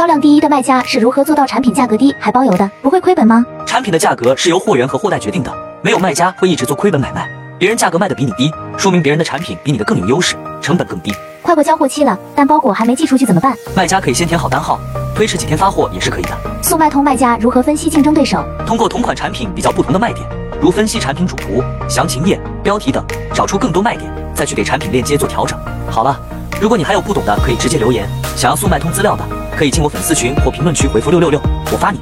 销量第一的卖家是如何做到产品价格低还包邮的？不会亏本吗？产品的价格是由货源和货代决定的，没有卖家会一直做亏本买卖。别人价格卖的比你低，说明别人的产品比你的更有优势，成本更低。快过交货期了，但包裹还没寄出去怎么办？卖家可以先填好单号，推迟几天发货也是可以的。速卖通卖家如何分析竞争对手？通过同款产品比较不同的卖点，如分析产品主图、详情页、标题等，找出更多卖点，再去给产品链接做调整。好了，如果你还有不懂的，可以直接留言。想要速卖通资料的，可以进我粉丝群或评论区回复六六六，我发你。